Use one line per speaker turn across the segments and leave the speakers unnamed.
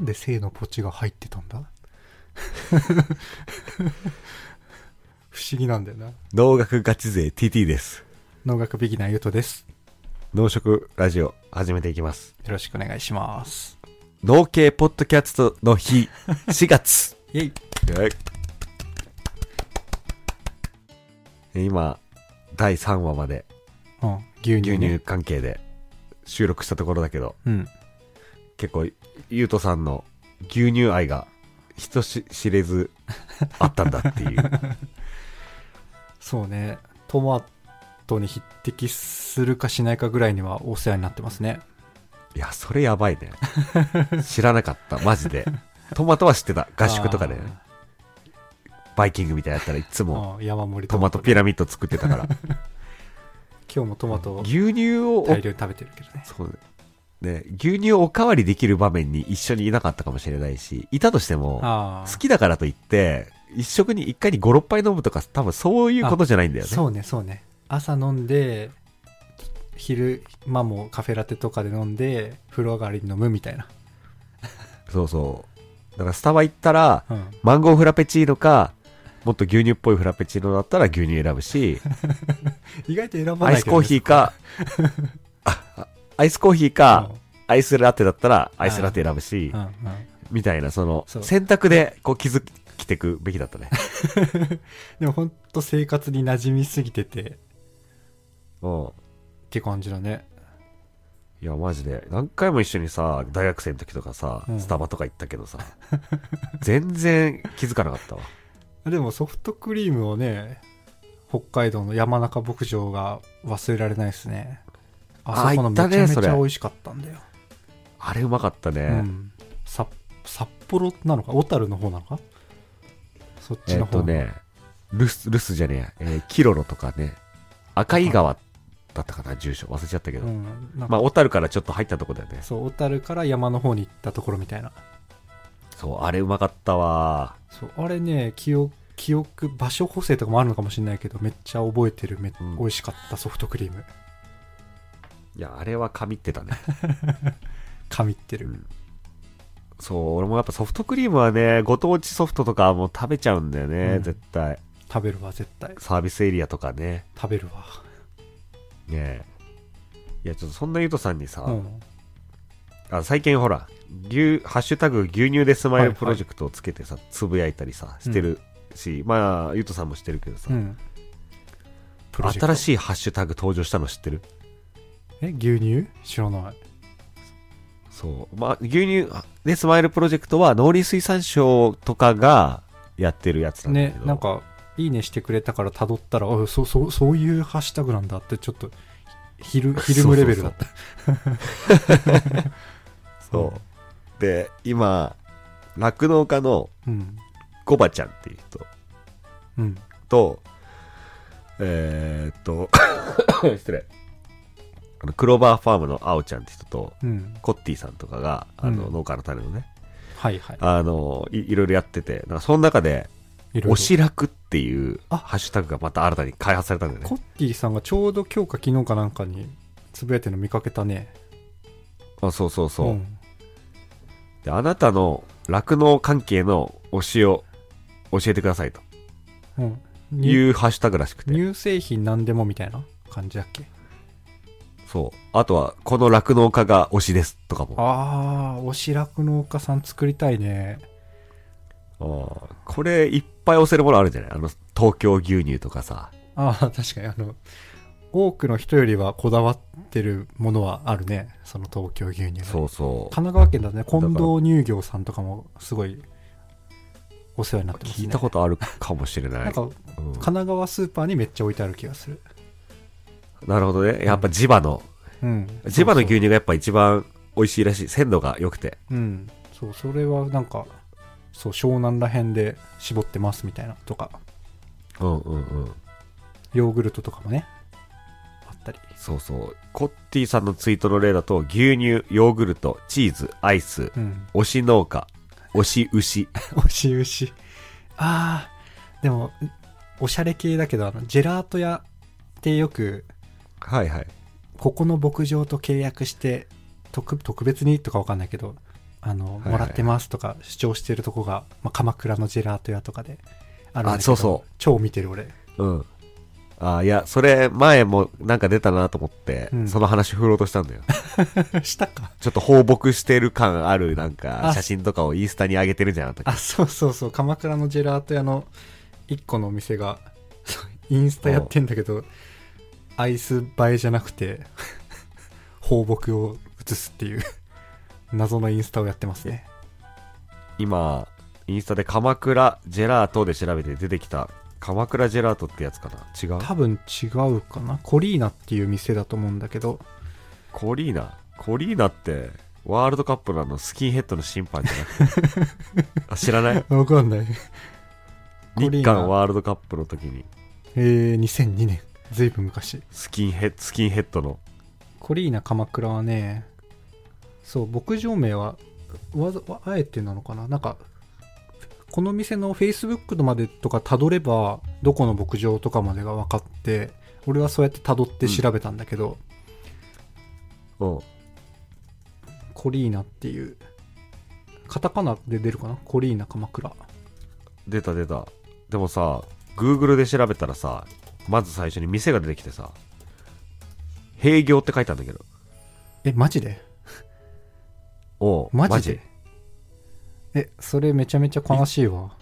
で性のポチが入ってたんだ 不思議なんだよな。
農学ガチ勢 TT です。
農学ビギナーゆうとです。
農食ラジオ始めていきます。
よろしくお願いします。
農系ポッドキャスト の日、4月。
イェイ
今、第3話まで
うん、牛乳、
牛
ね。
乳関係で収録したところだけど、
うん。
結構、ゆうとさんの牛乳愛が人し知れずあったんだっ ていう。
そうね。トマトに匹敵するかしないかぐらいにはお世話になってますね。
いや、それやばいね。知らなかった、マジで。トマトは知ってた。合宿とかでね、バイキングみたいなやったらいつ
あー。
も
うん山盛り
トマトピラミッド作ってた から。
今日もトマトを
牛乳をお
大量に食べてるけどね。
そうね。牛乳をおかわりできる場面に一緒にいなかったかもしれないし、いたとしても、
ああ。
好きだからといって、一食に一回に5、6杯飲むとか、多分そういうことじゃないんだよね。
そうねそうね朝飲んで昼間もカフェラテとかで飲んで風呂上がりに飲むみたいな、
そうそう。だからスタバ行ったら、
うん、
マンゴーフラペチーノか、もっと牛乳っぽいフラペチーノだったら牛乳選 ぶし、
意外と選ばない
アイスコーヒーか、 あアイスコーヒーか、アイスラテだったらアイスラテ選ぶし
うん、うんうん
みたいな、その、
そう
選択でこう気づきてくべきだったね。
でもほんと生活に馴染みすぎててっ
うん。
て感じだね
いや、マジで。何回も一緒にさ、大学生の時とかさ、
うん
スタバとか行ったけどさ、 全然気づかなかったわ。
でもソフトクリームをね北海道の山中牧場が忘れられないですねあ
あ
そこの
行っ
め
たね
ちゃめち
それ
ゃ美味しかったんだよ、
あれうまかったね。
うん、さ札幌なのか小樽の方なのかそっち
え
の
っ
方
とね、ルス、ルスじゃねえや、えーキロロとかね、赤井川だったかな、住所。忘れちゃったけ
う
ど。
ん、なんか
まあ、小樽からちょっと入ったとこだよね。
そう小樽から山の方に行ったところみたいな
そう、あれうまかったわ。
そうあれね記憶記憶場所補正とかもあるのかもしれないけどめっちゃ覚えてるめ、
うん
美味しかったソフトクリーム
いや、あれは神ってたね。
神ってる、
うんそう、俺もやっぱソフトクリームはね、ご当地ソフトとかもう食べちゃうんだよね、
うん
絶対。
食べるわ絶対
サービスエリアとかね。
食べるわ
ねえ。いや、ちょっとそんなゆとさんにさ、
うん
あ最近ほら、牛、ハッシュタグ牛乳でスマイルプロジェクトをつけてさ、つぶやいたりさ、してるし、まあ、ゆとさんもしてるけどさ、
うんプロジェクト
新しいハッシュタグ登場したの知ってる
え牛乳知らない
そう。まあ、牛乳でスマイルプロジェクトは農林水産省とかがやってるやつなんだけ
ね
ど。
なんかいいねしてくれたから辿ったらあそうそうそういうハッシュタグなんだってちょっとひ 昼昼夢レベルだった
そう。で、今、酪農家の
うん
コバちゃんっていう人
うん
と、えーっ と、失礼。あの、クローバーファームの青ちゃんって人と、
うん
コッティさんとかが、あの、
うん
農家の種のね、
はいはい
あの、いいろいろやってて、なんかその中で、
いろいろ
おしらくっていう
あ
ハッシュタグがまた新たに開発されたんだよ
コ
ね。
ッティさんがちょうど今日か昨日かなんかにつぶやいてるの見かけたね
あそうそうそう。
ん
であなたの酪農関係の推しを教えてくださいと
うん乳
いうハッシュタグらしくて。
乳製品なんでもみたいな感じだっけ
そう。あとは、この酪農家が推しですとかも。
ああおしらく農家さん作りたいね
あーこれ、いっぱい押せるものあるんじゃないあの、東京牛乳とかさ。
ああ確かにあの多くの人よりはこだわってるものはあるねその東京牛乳が
そう
神
そ
奈川県だね
ら
近藤乳業さんとかもすごいお世話になっ
う。
てますね
聞いたことあるかもしれない。
なんか
うん
神奈川スーパーにめっちゃ置いてある気がする
なるほどね。やっぱ地場の、
うん
地場の牛乳がやっぱ一番美味しいらしい。鮮度が良くて。
うんそうそれはなんかそう湘南ら辺で絞ってますみたいなとか
うんうんうん。
ヨーグルトとかもねあったり
そうそう。コッティさんのツイートの例だと、牛乳、ヨーグルト、チーズ、アイス、
うん
推し農家、推し 牛。
おしうしあーでもおしゃれ系だけどあのジェラート屋ってよく
はいはい。
ここの牧場と契約して特特別にとかわかんないけどあの、
いはい
もらってますとか主張してるとこが、まあ、鎌倉のジェラート屋とかであるんだけど
あそうそう
超見てる俺
うん。あいや、それ、前もなんか出たなと思って、
うん
その話振ろうとしたんだよ。
したか
ちょっと放牧してる感ある、なんか
あ、
写真とかをインスタに上げてるじゃん、あの時
あそうそうそう鎌倉のジェラート屋の一個のお店が そうインスタやってんだけどアイス映えじゃなくて 放牧を映すっていう謎のインスタをやってますね
今、インスタで鎌倉ジェラートで調べて出てきた、鎌倉ジェラートってやつかな違う
多分違うかなコリーナっていう店だと思うんだけど
コリーナ。コリーナって、ワールドカップのあのスキンヘッドの審判じゃな くて。あ知らない
わかんないコリ
日
ーナ
韓ワールドカップの時に、
えー、2002年ずいぶん昔
スキンヘッド、スキンヘッドの。
コリーナ鎌倉はねそう牧場名はわざわあえてなのかななんかこの店の Facebook のまでとかたどればどこの牧場とかまでが分かって俺はそうやってたどって調べたんだけど、
うん。
コリーナっていうカタカナで出るかなコリーナ鎌倉
出た出たでもさ Google で調べたらさまず最初に店が出てきてさ「閉業」って書いたんだけど
えマジで
おう
マジでえそれめちゃめちゃ悲しいわ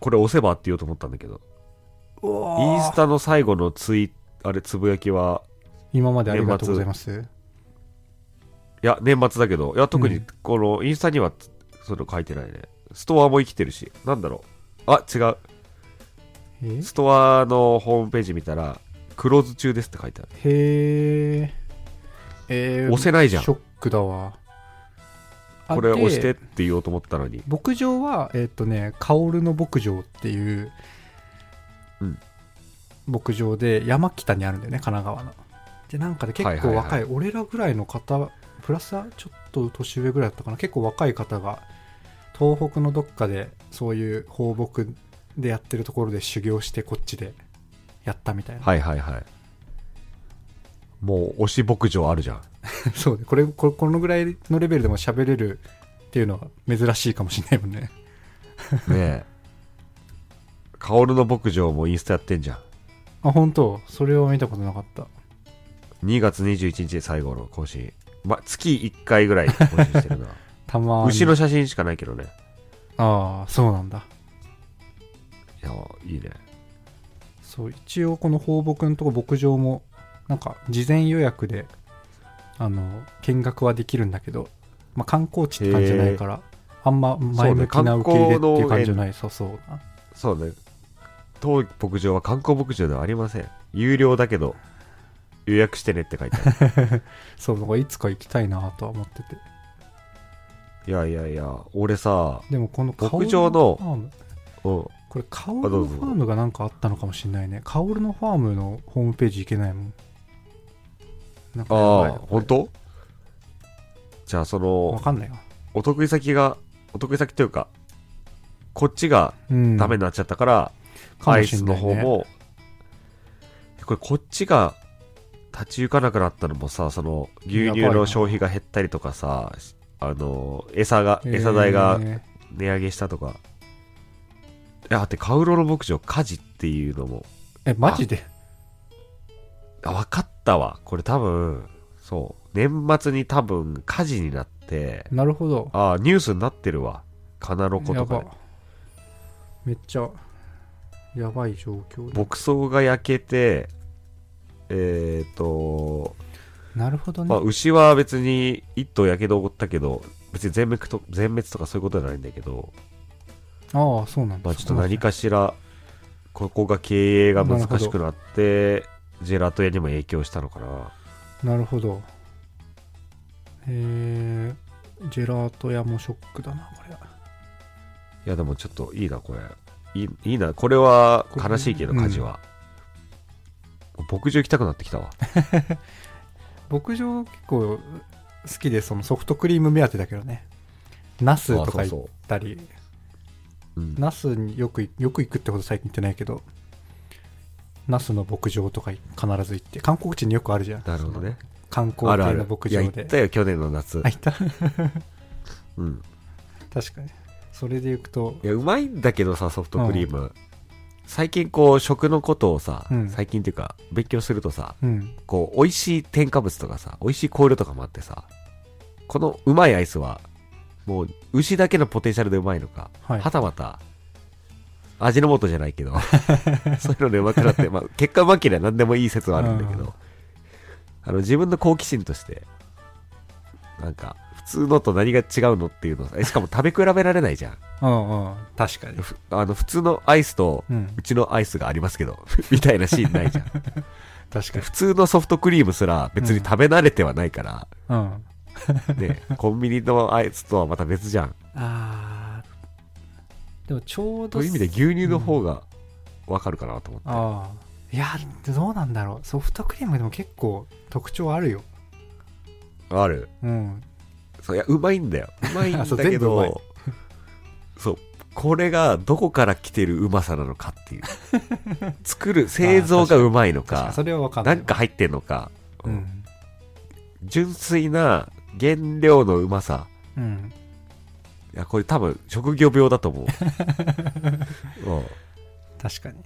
これ押せばって言おうと思ったんだけど
イ
インスタの最後のツイあれつぶやきは
今までありがとうございます
いや年末だけどいや特
う
に
ん
このインスタにはつそれ書いてないねストアも生きてるしなんだろうあ違う
え
ストアのホームページ見たらクローズ中ですって書いてある
へえ。えー、
押せないじゃん
ショックだわ。あ
これ押し。て
で
って言おうと思ったのに
牧場は、えっ、とね、カオルの牧場っていう、
うん
牧場で山北にあるんだよね、神奈川の。で、なんかで結
はいはい
構
はい
若い,、俺らぐらいの方、プラスはちょっと年上ぐらいだったかな、結構若い方が、東北のどっかでそういう放牧でやってるところで修行してこっちでやったみたいな
はいはいはいもう推し牧場あるじ ゃん
そうねこれこれこのぐらいのレベルでも喋れるっていうのは珍しいかもしれないもんね
ねえ。カオルの牧場もインスタやってんじゃ
あ本当それは見たことなかった
ん。2月21日最後の更新。ま、月1回ぐらい更新して るな。
たまに
牛の写真しかないけどね。
ああそうなんだ
いや、いいね。
そう一応この放牧のとこ牧場もなんか事前予約であの見学はできるんだけど、まあ、観光地って感じじゃないからあんま前向きな受け入れっていう感じじゃないそうそうな
そうね。当牧場は観光牧場ではありません。有料だけど、予約してねって書いてある。
そうだからいつか行きたいなとは思ってて
いやいやいや、俺さ、
でもこの香り
牧場の
ファーム
うん。
これカオルのファームがなんかあったのかもしれないねカオルのファームのホームページ行けないもんなん
あ
かやば
あ
いな、これ
本当じゃあ、そ
わ
の、
かんないわ
お得意先が、お得意先というか、こっちが
うん
ダメになっちゃったから、
か
ア
も
イ
し
ス
ん
の
ないね
方も、これこっちが立ち行かなくなったのもさ、その牛乳
やばい
の
な
消費が減ったりとかさ、あの、餌が、餌代が
え
値上げしたとか。いや、だってカウロの牧場、火事っていうのも、
ーえマジで
あ、わかったわ。これ多分、そう、年末に多分火事になって、
なるほど
あニュースになってるわ。カナロコ
や
とか
ば
で。
めっちゃやばい状況
牧草が焼けて、えっ、と、
なるほどね、
まあ、牛は別に一頭やけどを負ったけど別に全滅と全滅とかそういうことじゃないんだけど、
ああそうなんだ
まあ、ちょっと何かしらここが経営が難しくなってジェラート屋にも影響したのかな
なるほどえー、ジェラート屋もショックだなこれ
いやでもちょっといいなこれいいいいなこれは
これ
悲しいけど
うん
家事は、牧場行きたくなってきたわ
牧場結構好きでそのソフトクリーム目当てだけどねナ スとか
あ
行
そ
ったり
う、うん、
ナスによくよく行くってこと最近行ってないけどナスの牧場とか必ず行って観光地によくあるじゃん
なるほどね
観光
あるあ
系
る
の牧
いや
場
行っ
で
たよ去年の夏
あ行った
うん
確かにそれでいくと
いやうまいんだけどさソフトクリーム、最近こう食のことをさ、
うん
最近っていうか勉強するとさ
うん
こう美味しい添加物とかさ美味しい香料とかもあってさこのうまいアイスはもう牛だけのポテンシャルでうまいのか、
はい
はたまた味の素じゃないけど そういうのでうまくなって、まあ、結果うまければ何でもいい説はあるんだけ
うん
どあの自分の好奇心としてなんか普通のと何が違うのっていうのをさえしかも食べ比べられないじゃん
うんうん確かに
ふあの普通のアイスと
うん
うちのアイスがありますけど みたいなシーンないじ ゃん
確かに
普通のソフトクリームすら別に食べ慣れてはないから、
うん
ね、コンビニのアイスとはまた別じゃん。
あーでもちょうど
という意味で牛乳の方がわかるかなと思って。
ああいやどうなんだろうソフトクリームでも結構特徴あるよ
ある。
うん
そういや、うまいんだよ。うまい ん
あ
だ
そう
け
全部うまい
ど、そう、これがどこから来てるうまさなのかっ ていう。作る、製造がうまいの
確かに
か
そ、れは分かんな
ないんか入ってんのか、
う
うん
ん
純粋な原料のうまさ。
うん
いや、これ多分職業病だ と思う。うん
確 かに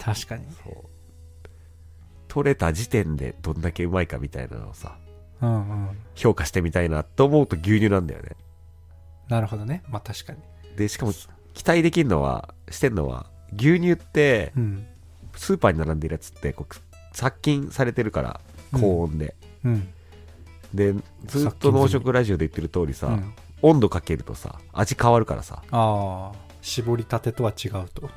確かに
そう取れた時点でどんだけうまいかみたいなのをさ
うんうん
評価してみたいなと思うと牛乳なんだよね
なるほどねまあ確かに
でしかも期待できるのはしてんのは牛乳って
うん
スーパーに並んでるやつってこう殺菌されてるから
うん
高温で、
うん
でずっと農食ラジオで言ってる通りさ、
うん
温度かけるとさ味変わるからさ
ああ絞りたてとは違うと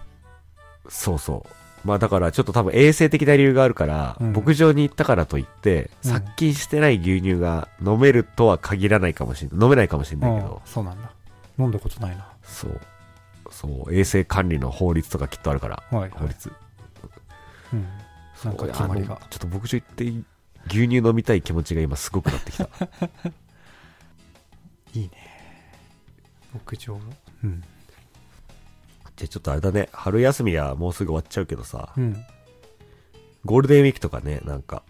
そうそうまあだからちょっと多分衛生的な理由があるから、
うん
牧場に行ったからといって
うん
殺菌してない牛乳が飲めるとは限らないかもしれない飲めないかもしれないけ
あ
ど
あそうなんだ飲んだことないな
そう。そう。衛生管理の法律とかきっとあるから。
はい
法
はい、
律。
うん、なんか決まり
そうあ
が
のちょっと牧場行って牛乳飲みたい気持ちが今すごくなってきた。
いいね牧場うん
じゃあちょっとあれだね。春休みはもうすぐ終わっちゃうけどさ
う。ん
ゴールデンウィークとかね、なんか、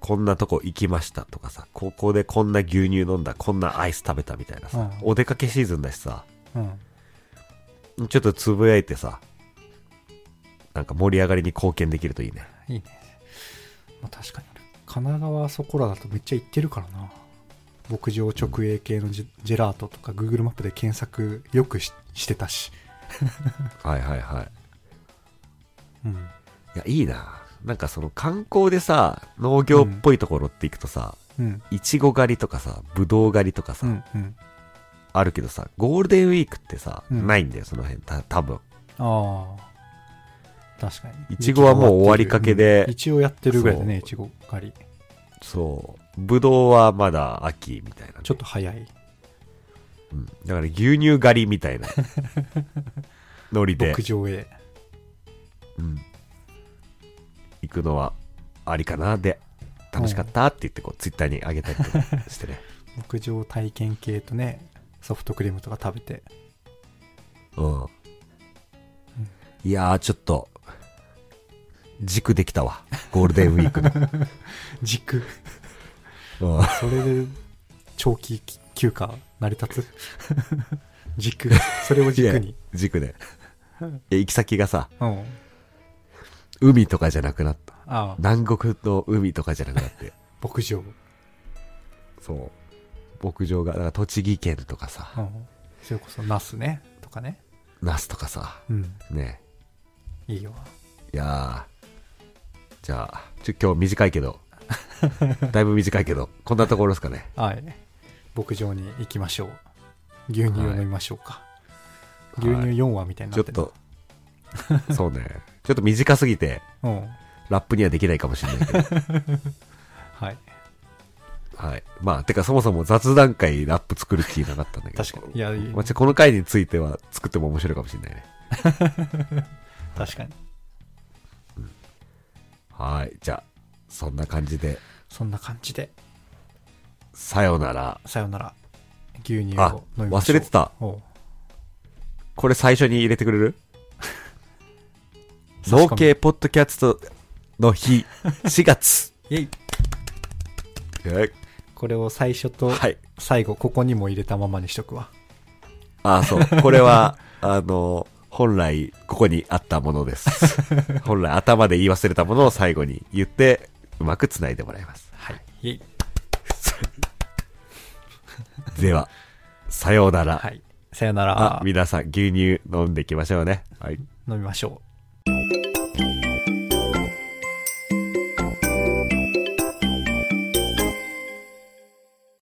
こんなとこ行きましたとかさ、高校でこんな牛乳飲んだ、こんなアイス食べたみたいなさ、
うん
お出かけシーズンだしさ、
うん
ちょっとつぶやいてさ、なんか盛り上がりに貢献できるといいね。
いいね、まあ、確かに俺神奈川そこらだとめっちゃ行ってるからな牧場直営系のジ,、ジェラートとか Google マップで検索よくししてたし、
はいはいは
う
い。
ん、
いや、いいな。なんかその観光でさ、農業っぽいところって行くとさ、
うん
いちご狩りとかさ、ぶどう狩りとかさ、
うんうん
あるけどさ、ゴールデンウィークってさ、
うん
ないんだよ、その辺、た多分
ああ確かに
いちごはもう終わりかけで
うん一応やってるぐらいだね
そう
いちご狩り
そう。ぶどうはまだ秋みたいなね、
ちょっと早い
うん。だから牛乳狩り みたいな。ノリで
牧、場へ
うん行くのはありかな。で、楽しかったって言って、こう、ツイッターにあげたりとかして ね。
牧場体験系とねソフトクリームとか食べて
うん。いやー、ちょっと、軸できたわ。ゴールデンウィー クの。
軸
うん
それで長期休暇成り 立つ軸それを軸に
軸で。いや行き先がさ、
うん
海とかじゃなくなった。
ああ
南国の海とかじゃなくな って。
牧場
そう。牧場が、だから栃木県とか
う
さ、
んそれこそナスねとかね
那須とかさ、
うん
ね。
いいよ
いやー、じゃあ、ちょ、今日短い けど、だいぶ短いけど、こんなところですかね。
はい牧場に行きましょう牛乳を飲みましょうか、
はい
牛乳4話みたいに
ち
な
ょ
っ
って
る
と、そうね。ちょっと短すぎて、
うん
ラップにはできないかもしれないけど。
はい
はい。まあ、てかそもそも雑談会ラップ作る気なかったんだけど。
確かにいやいい
まあ、ちょこの回については作っても面白いかもしれないね。
確かに
はい。じゃあ、そんな感じで、
そんな感じで
さよなら。
さよなら牛乳
あ
を、飲みましょう
忘れてた。
おう
これ最初に入れてくれる
差し込み
農系ポッドキャストの日、4月。
イェイ
え
これを最初と
はい。
最後、ここにも入れたままにしとくわ。
ああ、そう。これは、 あの、本来、ここにあったものです。 本来、頭で言い忘れたものを最後に言って、うまく繋いでもらいます。
はい。イェイ
では、さようなら。
はい。さよな
あ
ら。
皆さん、牛乳飲んでいきましょうね。はい。
飲みましょう。